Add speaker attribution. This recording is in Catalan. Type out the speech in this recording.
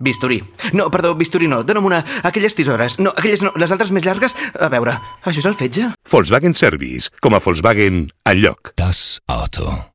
Speaker 1: Bisturí. No, perdó, bisturí no. Dóna'm una... Aquelles tisores. No, aquelles no. Les altres més llargues... A veure, això és el fetge?
Speaker 2: Volkswagen Service, com a Volkswagen enlloc.
Speaker 3: Das Auto.